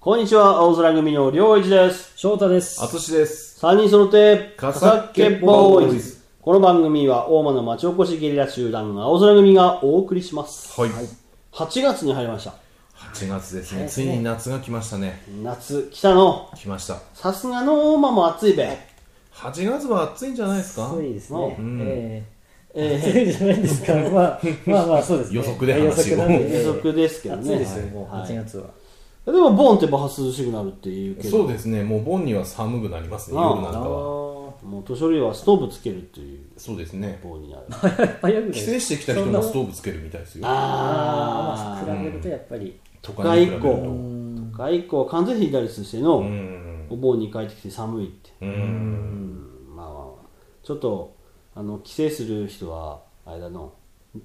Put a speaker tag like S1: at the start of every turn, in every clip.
S1: こんにちは、青空組の良一です。
S2: 翔太です。
S3: あつしです。
S1: 3人揃って、
S3: 笠っけ
S1: ボ
S3: ボ
S1: ー
S3: ー
S1: イ
S3: イ
S1: ズ
S3: ズ。
S1: この番組は、大間の町おこしゲリラ集団、青空組がお送りします。
S3: はい。
S1: 8月に入りました。
S3: 8月です
S2: はい
S3: ね。ついに夏が来ましたね。
S1: 夏、来たの。
S3: 来ました。
S1: さすがの大間も暑いべ。
S3: 8月は暑いんじゃないですか
S2: 暑いですね。
S1: うん
S2: ええ
S1: え
S2: 暑いんじゃないです か。まあ、まあまあ、そうですね。
S3: 予測で話を
S2: 予測なん
S1: ー
S2: で。
S1: 予測ですけど
S2: 暑いで
S1: ね。
S2: すよ、もう、
S1: はい
S2: 8月は。
S1: でも、ボーンってば涼しくなるっていうけど。
S3: そうですね。もう盆には寒くなりますね。
S1: ああ
S3: 夜なんかは。
S2: あ
S1: もう、年寄りはストーブつけるっていう、
S3: そうですね。
S1: ボーンになる。
S2: あ、やっぱ 早く
S3: 帰省してきた人がストーブつけるみたいですよ。
S2: ああ、まあ、比べるとやっぱり。
S3: 都
S1: 都会以
S3: 比べる
S1: 降、
S3: と
S1: 都会以降、完全に左しての、
S3: うん。
S1: お盆に帰ってきて寒いって、
S3: うん。
S1: まあまあまあ、ちょっとあの帰省する人はあれだの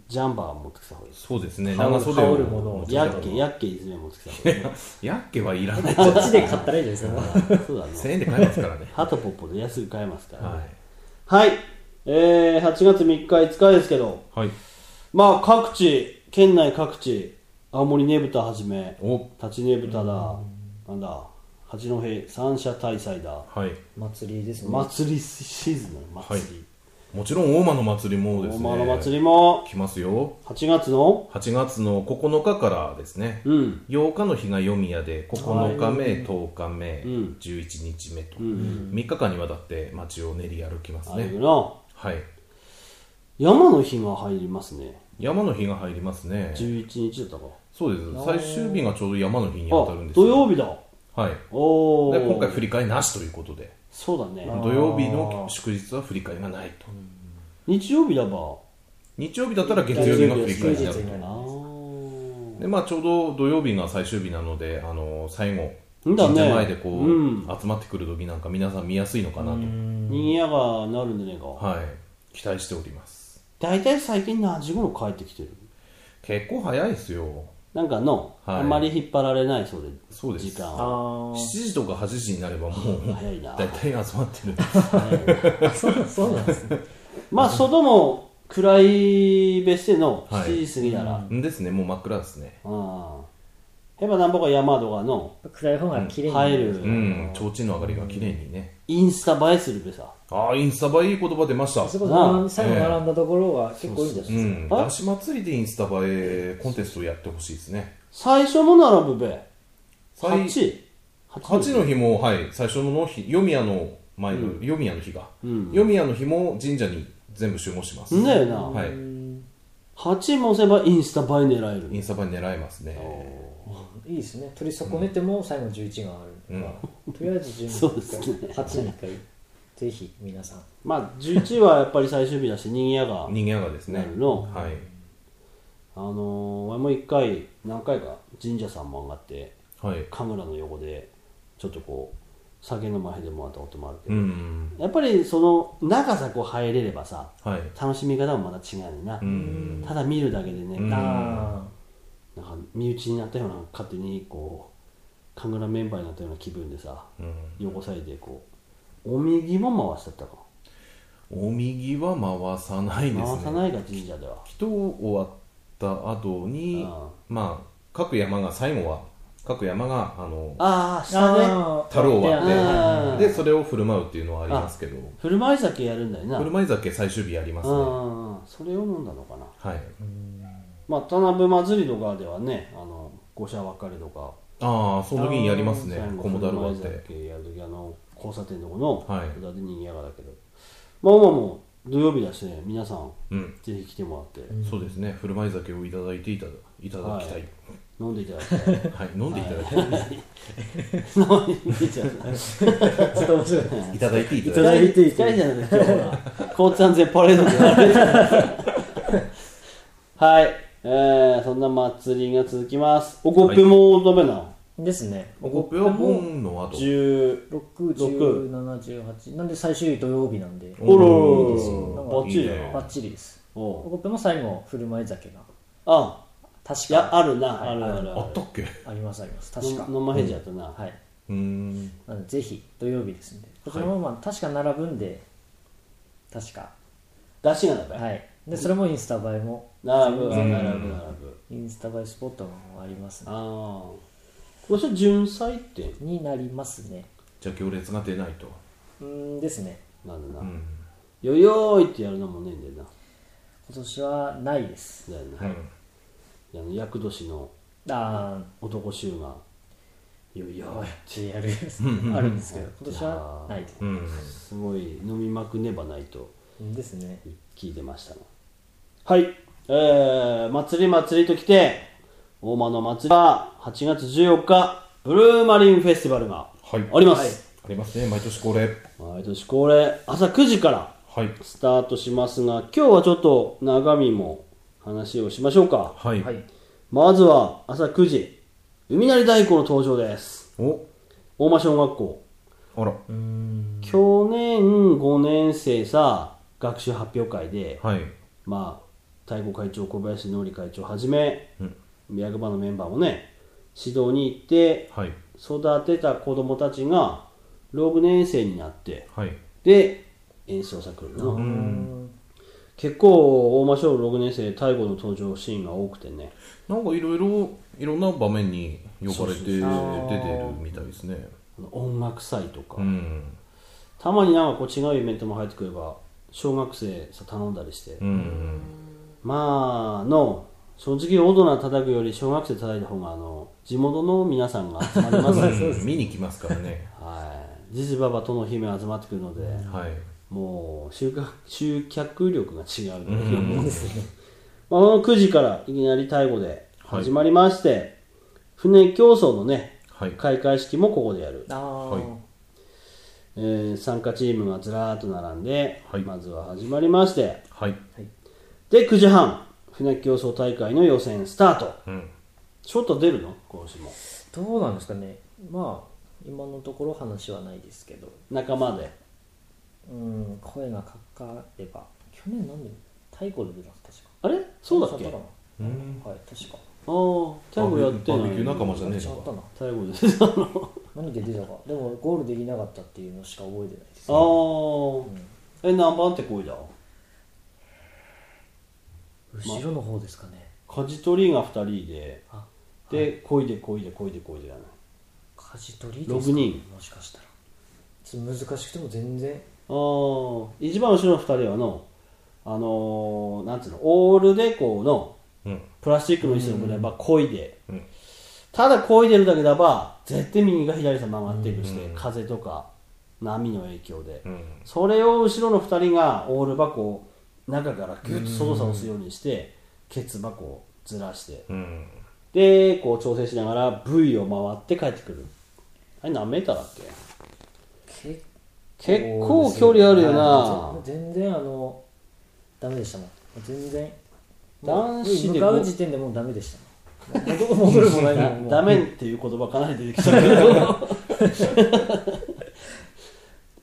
S1: ジャンバー持ってきた方がいいです
S3: そうですね。
S2: 羽織
S3: 長袖
S2: 羽織るものを
S1: ヤ
S3: や
S1: ッ
S3: っ
S1: ケ
S3: け、
S1: ヤッケいずれ持ってきた方がいい
S3: やっけはいらない。
S2: こっちで買ったらいいじゃないですか。
S1: そうだね。
S3: 1000円で買えますからね
S1: ハトポッポで安く買えますから
S3: は
S1: ね はい、えー、8月3日5日ですけど
S3: い。はい。
S1: まあ各地県内各地青森ねぶたはじめ
S3: お、
S1: 立ちねぶただなんだ八戸三社大祭だ
S3: はい。
S2: 祭りですね。
S1: 祭りシーズンだね祭り、
S3: もちろん大間の祭りもですね。
S1: 大間の祭りも
S3: 来ますよ。
S1: 8月の
S3: 8月の9日からですね、
S1: うん
S3: 8日の日が読み屋で9日目、10日目、
S1: うん
S3: 11日目と、
S1: うんうん
S3: 3日間にわたって街を練り歩きます
S1: あれ
S3: ね、
S1: な
S3: はい、
S1: 山の日が入りますね
S3: 山の日が入りますね
S1: 11日だったか
S3: そうです最終日がちょうど山の日に当たるん
S1: あ
S3: です
S1: 土曜
S3: よ
S1: 日だ
S3: はい
S1: おお
S3: で今回振り替えなしということで
S1: そうだね
S2: ー
S3: 土曜日の祝日は振り替えがないと
S1: 日曜日だば
S3: 日曜日だったら月曜日が振り替えにな
S2: 休
S3: る
S2: 日になる
S1: あー
S3: でまあ、ちょうど土曜日が最終日なので、あの最後、
S1: だね
S3: 神社前でこう、
S1: うん
S3: 集まってくる時なんか皆さん見やすいのかなと、
S1: にぎやかになるんでねえか
S3: はい、期待しております。
S1: 大体最近何時頃帰ってきてる
S3: 結構早いですよ。
S1: なんかの、
S3: はい
S1: あんまり引っ張られないそうで
S3: そうです
S1: 時間
S2: あ
S1: は
S3: 7時とか8時になればもう、
S1: 早いな
S3: 大体集まってる。
S2: あ、そう、そうなんですね。
S1: まあ外も暗い別室の
S3: はい
S1: 7時過ぎなら、
S3: んですね、もう真っ暗ですね。
S1: うんやっぱなんぼか山とかの
S2: 暗い方が綺麗に。
S1: 入る、
S3: うん、提灯の上がりが綺麗にね。
S1: インスタ映えするべさ
S3: ああ、インスタ映えいい言葉出ました。
S2: そこで、最後並んだところは結構いいんじゃな
S3: う
S2: いですか。
S3: ん、だし祭りでインスタ映えコンテストやってほしいですね。
S1: 最初の並ぶべ
S3: 最
S1: 8
S3: 8の日も、はい、最初の日、読谷の前の、読谷の日が、
S1: うん
S3: 読谷の日も神社に全部集合します。
S1: んだよな
S3: はい。
S1: 8も押せばインスタ映え狙える
S3: インスタ映え狙いますね。
S2: いいですね。取り損ねても最後11があるから、とりあえず12
S1: そうですね
S2: 回、8に1回、ぜひ皆さん。
S1: まあ11はやっぱり最終日だし賑やが
S3: 人間がです
S1: な
S3: ね。
S1: るの、
S3: はい。
S1: あのー、俺も一回何回か神社さんも上がって
S3: はい。
S1: 神楽の横でちょっとこう酒飲まへでもらったこともあるけ
S3: う
S1: ど、
S3: ん。
S1: やっぱりその長さこう入れればさ
S3: はい。
S1: 楽しみ方もまた違うねんな、
S3: うん。
S1: ただ見るだけでね、
S3: うん
S1: なんか
S2: あ
S1: 身内になったような勝手にこう神楽メンバーになったような気分でさ
S3: うん。
S1: 横サイでこうお右も回しちゃったか
S3: お右は回さないです
S1: 回
S3: ね。
S1: さないが神社では
S3: 人を終わった後に、
S1: あ
S3: まあ、各山が、最後は、各山が、あの、
S1: ああ
S2: ー
S1: 下ね
S2: あー
S3: 樽を割
S2: であ
S1: あー
S3: って、で、それを振る舞うっていうのはありますけど、
S1: 振る舞い酒やるんだよな
S3: 振る舞い酒最終日やりますね。
S1: ああそれを飲んだのかな
S3: はい。
S1: まあ田辺祭りとかではねあの五社別れとか
S3: ああ、その時にやりますね
S1: 最、後
S3: コモダルはっ
S1: 振る舞い
S3: て。
S1: 酒やる時あの交差点のこの
S3: はい
S1: だって賑やかだけどまあまあもう土曜日だしね皆さん
S3: うん、
S1: ぜひ来てもらって
S3: そうですね、振る舞い酒をいただいていただいただきたい。
S1: 飲んでいただきたい
S3: はい、飲んでいただきたい。
S1: 飲んでいただきたい
S2: ーちょっと面白い。
S3: いただいていた
S2: いた
S3: だき
S2: だいてい
S1: 一
S2: ただ
S1: 回
S2: い
S1: じゃないですか、今日ほら。交通安全パレードでやられてるはい。えー、そんな祭りが続きます。おこっぺもダメなの、
S2: ですね。
S3: おごっぺは本の後。
S1: 10、
S2: 六
S1: 六
S2: 十七十八なんで最終日土曜日なんで
S1: おろ
S3: い
S1: ー
S3: いですよ
S2: なんか
S1: バッチリだ
S3: いいね
S1: な。
S2: バッチリです
S1: おう
S2: おこっぺも最後振る舞い酒が
S1: あ、
S2: 確
S1: いや、
S2: か
S1: あるな、あるある
S3: あったっけう
S2: ありますあります
S1: ある。
S2: 確か
S1: 飲まへんじゃったな。
S2: はい
S3: ーん。
S2: なのでぜひ土曜日ですんでこちらもまあ確か並ぶんで確か
S1: 出汁がだべ。
S2: はいでそれもインスタ映えも
S1: 並ぶ、
S3: ん
S1: 並ぶ、並ぶ。
S2: インスタ映えスポットもありますね
S1: あー。それ純菜って
S2: になりますね
S3: じゃあ行列が出ないと。
S2: うーんですね
S1: なんだ
S3: う
S1: な、
S3: ん。
S1: よよーいってやるのもねえんだよな
S2: 今年はないです
S1: だよな、
S3: はい。
S1: あの厄年の
S2: あ
S1: 男衆がよよーい
S2: あやるあるんですけど今年はないです
S3: うん。
S1: すごい飲みまくねばないと
S2: ですね
S1: 聞いてましたねはいえー、祭り祭りときて大間の祭りは8月14日ブルーマリンフェスティバルが
S3: はい。
S1: あります、
S3: ありますね。毎年恒例。
S1: 毎年恒例朝9時から
S3: はい。
S1: スタートしますが今日はちょっと中身も話をしましょうか
S3: はい。
S2: はい
S1: まずは朝9時海鳴太鼓の登場です
S3: お
S1: 大間小学校
S3: あら。
S2: うーん
S1: 去年5年生さ学習発表会で、
S3: はい。
S1: まあ、太鼓会長小林典会長はじめ、役場のメンバーもね指導に行って
S3: はい。
S1: 育てた子供たちが6年生になって
S3: はい。
S1: で演奏さくるの、
S3: ん
S1: 結構大間小6年生太鼓の登場シーンが多くてね
S3: なんかいろいろ、いろんな場面に呼ばれて出てるみたいですね。
S1: あの音楽祭とか、
S3: うん。
S1: たまになんかこう違うイベントも入ってくれば小学生さ頼んだりして、
S3: うん。
S1: まあの正直大人叩くより小学生叩いた方があの地元の皆さんが集まり ます、
S3: うん見に来ますから ね。
S1: はいじじばばとの姫集まってくるので、
S3: はい。
S1: もう集客集客力が違う、
S2: ですね
S1: まあ、この9時からいきなり太鼓で始まりまして、船競争のね
S3: はい。
S1: 開会式もここでやる、
S2: ああ、
S3: はい
S1: えー参加チームがずらーっと並んで、
S3: はい
S1: まずは始まりまして
S3: はい。
S1: で9時半船競争大会の予選スタート
S3: うん。
S1: ちょっと出るの今年も
S2: どうなんですかねまあ今のところ話はないですけど
S1: 仲間で
S2: うん声がかかれば去年何で太鼓で出たんですか
S1: あれそうだっけ
S2: 違
S1: あ
S2: たかなはい確か
S1: あー太鼓やって
S3: バーベキュー
S1: ない
S3: 仲間じゃねえ
S2: 違
S3: の
S2: っ
S3: か
S2: た。な
S1: 太鼓で出たの
S2: 何で出たかでもゴールできなかったっていうのしか覚えてないです
S1: ああ、え何番って声だ
S2: 後ろの方ですかね
S1: 舵取りが2人で
S2: あ
S1: でこいでこいでこいでこいでやない
S2: 舵取りですか
S1: 六人
S2: もしかしたらちょっと難しくても全然
S1: あー一番後ろの2人はのあのー、なんつうのオールデコの
S3: うん。
S1: プラスチックの椅子のくればこいで、
S3: うん
S1: ただこいでるだけだば絶対右が左さ曲がっていくして、
S3: うん
S1: 風とか波の影響で、
S3: うん。
S1: それを後ろの2人がオール箱を中からギュッと操作をするようにしてケツ箱をずらして
S3: うん。
S1: でこう調整しながら V を回って帰ってくるあれ何メーターだっけ
S2: 結
S1: 結構距離あるよ
S2: もう
S1: な
S2: 全然あのダメでしたもん全然
S1: 男子で
S2: 向か
S1: も
S2: う時点でもうダメでしたもん戻戻るもないもんもう
S1: ダメっていう言葉かなり出てきたけど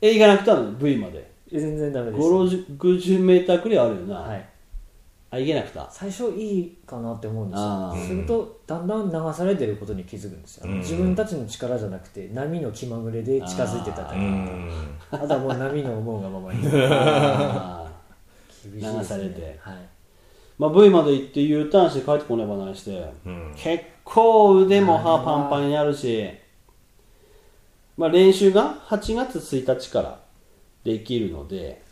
S1: え行かなくたの V まで
S2: 全然ダメでした
S1: 5 0メーターくらいあるよな、
S2: はい、
S1: あ行けなくた
S2: 最初いいかなって思うんです
S1: あ
S2: よ
S1: ー
S2: するとだんだん流されてることに気づくんですよ、
S3: うん
S2: 自分たちの力じゃなくて波の気まぐれで近づいてた
S3: う
S2: タイ
S3: ん。
S2: プあとはもう波の思うがままに厳し
S1: あー
S2: いですね
S1: 流されて
S2: はい
S1: まあ、V まで行って U ターンして帰ってこねばないして、
S3: うん
S1: 結構腕も歯パンパンになるし、まあ、練習が8月1日からできるので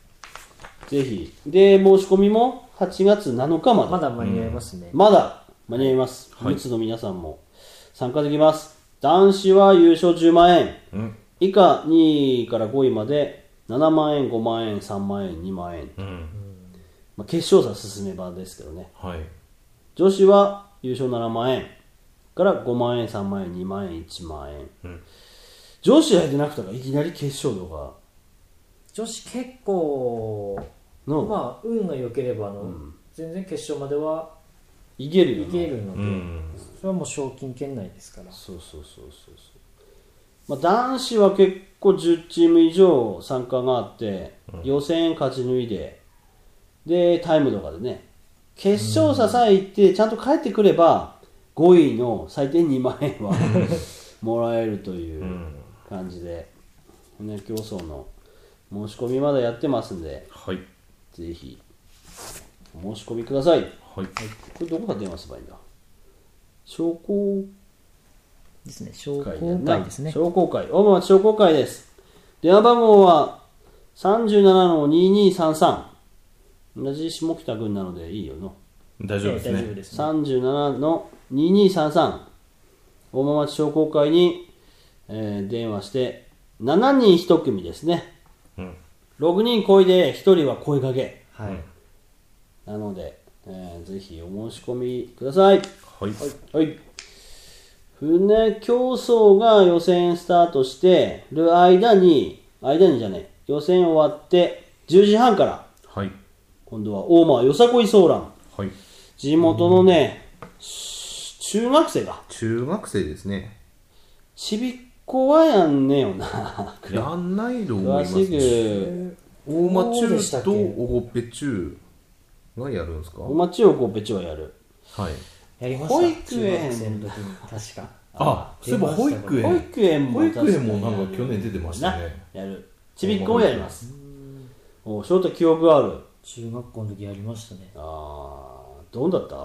S1: ぜひで申し込みも8月7日まで
S2: まだ間に合いますね、
S1: まだ間に合います、
S3: はい
S1: 陸奥の皆さんも参加できます男子は優勝10万円
S3: うん。
S1: 以下2位から5位まで7万円5万円3万円2万円、
S3: うん。
S1: まあ、決勝戦進めばですけどね
S3: はい。
S1: 女子は優勝7万円から5万円3万円2万円1万円、
S3: うん
S1: 女子やってなくたらいきなり決勝とか
S2: 女子結構
S1: の、
S2: まあ運が良ければあの、全然決勝まではい
S1: ける
S2: い
S1: よな
S2: けるの
S3: う
S2: で、
S3: ん。
S2: それはもう賞金圏内ですから
S1: そうそうそうそうそう、まあ、男子は結構10チーム以上参加があって、予選勝ち抜いででタイムとかでね決勝ささえ行ってちゃんと帰ってくれば5位の最低2万円はもらえるという感じで、ね、競争の申し込みまだやってますんで
S3: はい。
S1: ぜひお申し込みください
S3: はい。
S1: これどこから電話すればいいんだ商工
S2: ですね商
S1: 会
S2: 工会ですね
S1: 商工会。大間町商工会です。電話番号は37-2233。同じ下北郡なのでいいよの。
S3: 大丈夫です
S2: ええ大丈夫
S3: ね。
S2: ですね
S1: 37-2233。大間町商工会に、えー電話して、7人1組ですね。
S3: うん
S1: 6人恋で1人は声掛け。
S2: はい、
S1: なので、えーぜひお申し込みください。
S3: はい。
S1: はい。船競争が予選スタートしてる間に、間にじゃねえ、予選終わって10時半から、
S3: はい。
S1: 今度は大間よさこいソーラン。
S3: はい。
S1: 地元のね、中学生が、
S3: 中学生ですね。
S1: ちびっこはやんねえよな。
S3: やんないと思いま
S1: 詳
S3: す。
S1: しく、
S3: 大間
S2: そうでしたっ
S3: 中
S2: け
S3: とおごっぺ中がやるんですか
S1: お町をこうペチはやる。
S3: はい。
S2: やりました
S1: 保育園
S2: 中学生の時に確か
S3: あ、そういえば保育園。
S1: 保育園も
S3: 保育園も
S1: 確かに
S3: なんか去年出てましたね。
S1: なやる。ちびっこもやります。お翔太記憶がある。
S2: 中学校の時やりましたね
S1: あー、どうだった
S2: い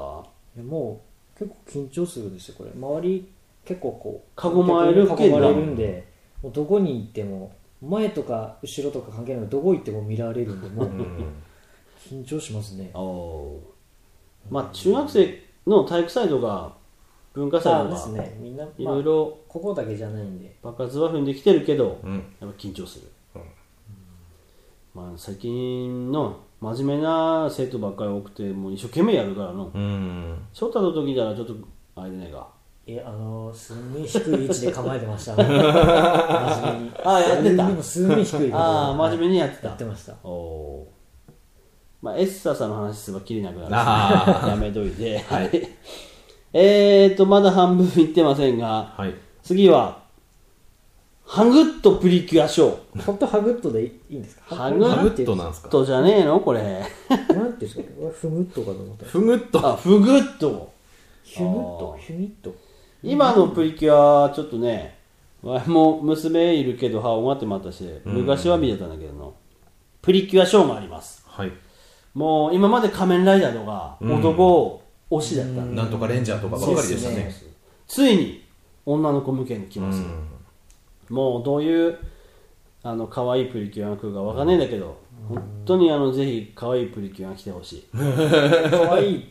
S2: やもう結構緊張するんですよこれ周り結構こう
S1: 囲まれるけ
S2: 囲
S1: ど
S2: まれるんでもうどこに行っても前とか後ろとか関係なくどこ行っても見られる んでも
S3: う。
S2: うん緊張しますね
S1: おーまあ中学生の体育祭とか文化祭
S2: あ
S1: と
S2: です
S1: か
S2: ねみんないまあ
S1: ろいろ
S2: ここだけじゃないんで
S1: 爆発は踏んできてるけど
S3: うん。
S1: やっぱ緊張する、
S3: うん
S1: まあ、最近の真面目な生徒ばっかり多くてもう一生懸命やるからの
S3: うん。
S1: 翔太の時ならちょっとあれでねえか
S2: えあのすんごい低い位置で構えてました 真面目に
S1: あやってた
S2: でもすんごい低い
S1: ああ真面目
S2: に
S1: にやってた、
S2: やってました
S1: おおーまあエッサさんの話すればきりなくなる
S3: あ
S1: しやめといてはい えーとまだ半分いってませんが
S3: はい。
S1: 次は、ハグッとプリキュアショー。
S2: 本当ハグッとでいいんですか
S1: ハグ
S3: ハグ
S1: ッ
S3: ッとなんですか
S1: とじゃねえのこれ。
S2: なんていうんですか俺フムッとかと思った
S3: ふぐっと。
S1: あ、フグッと。
S2: ヒュムッとヒュミッと
S1: 今のプリキュア、ちょっとね、わいも娘いるけど、歯を待って待ったして、昔は見てたんだけどの、プリキュアショーもあります。
S3: はい。
S1: もう、今まで仮面ライダーとか、
S3: うん
S1: 男推しだったんで
S3: なんとかレンジャーとかばっかりでしたね。
S1: ついに、女の子向けに来ますよ。もうどういうあの可愛いプリキュアが来るかわかんないんだけど、本当にあのぜひ可愛いプリキュアが来てほしい。
S2: 可愛い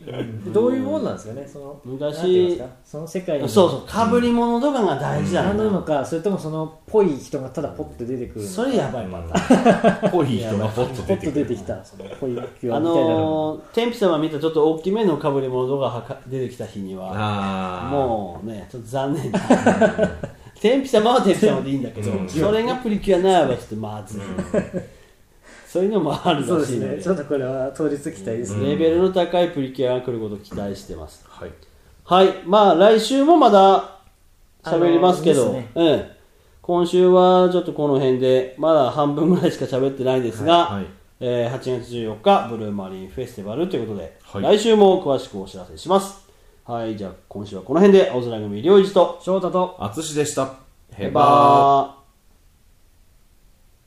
S2: どういうもんなんですかねその
S1: 昔
S2: なんていうんですかその世界に
S1: そうそう、かぶり物とかが大事な
S2: なの
S1: の。
S2: かそれともそのぽい人がただポッと出てくるのか
S1: それやばいパターン。
S3: うん。ぽい人がポッと
S2: ポ
S3: 出
S2: ッ
S3: て
S2: と
S3: く
S2: 出
S3: る。
S2: てきたそのぽいキュアみたいな
S1: あ
S2: の
S1: のー、天日様見たちょっと大きめのかぶり物とかはか出てきた日には、
S3: ああ。
S1: もうね、ちょっと残念だ。 天日様は天日様でいいんだけど
S3: う、ん
S1: それがプリキュアならばちょっとまずい。そういうのもあるらしい
S2: そ
S1: ので
S2: うですねちょっとこれは当日期待ですね
S1: レベルの高いプリキュアが来ることを期待してます。
S3: はい。
S1: はい、まあ来週もまだ喋りますけど、
S2: あのーです
S1: うん、今週はちょっとこの辺で、まだ半分ぐらいしか喋ってないんですが、
S3: はいはい
S1: えー8月14日、ブルーマリンフェスティバルということで、
S3: はい
S1: 来週も詳しくお知らせします。はい、じゃあ今週はこの辺で、青空組、りょうじと、
S2: 翔太と
S3: あつしでした。
S1: ヘ
S3: へばー。
S1: ー。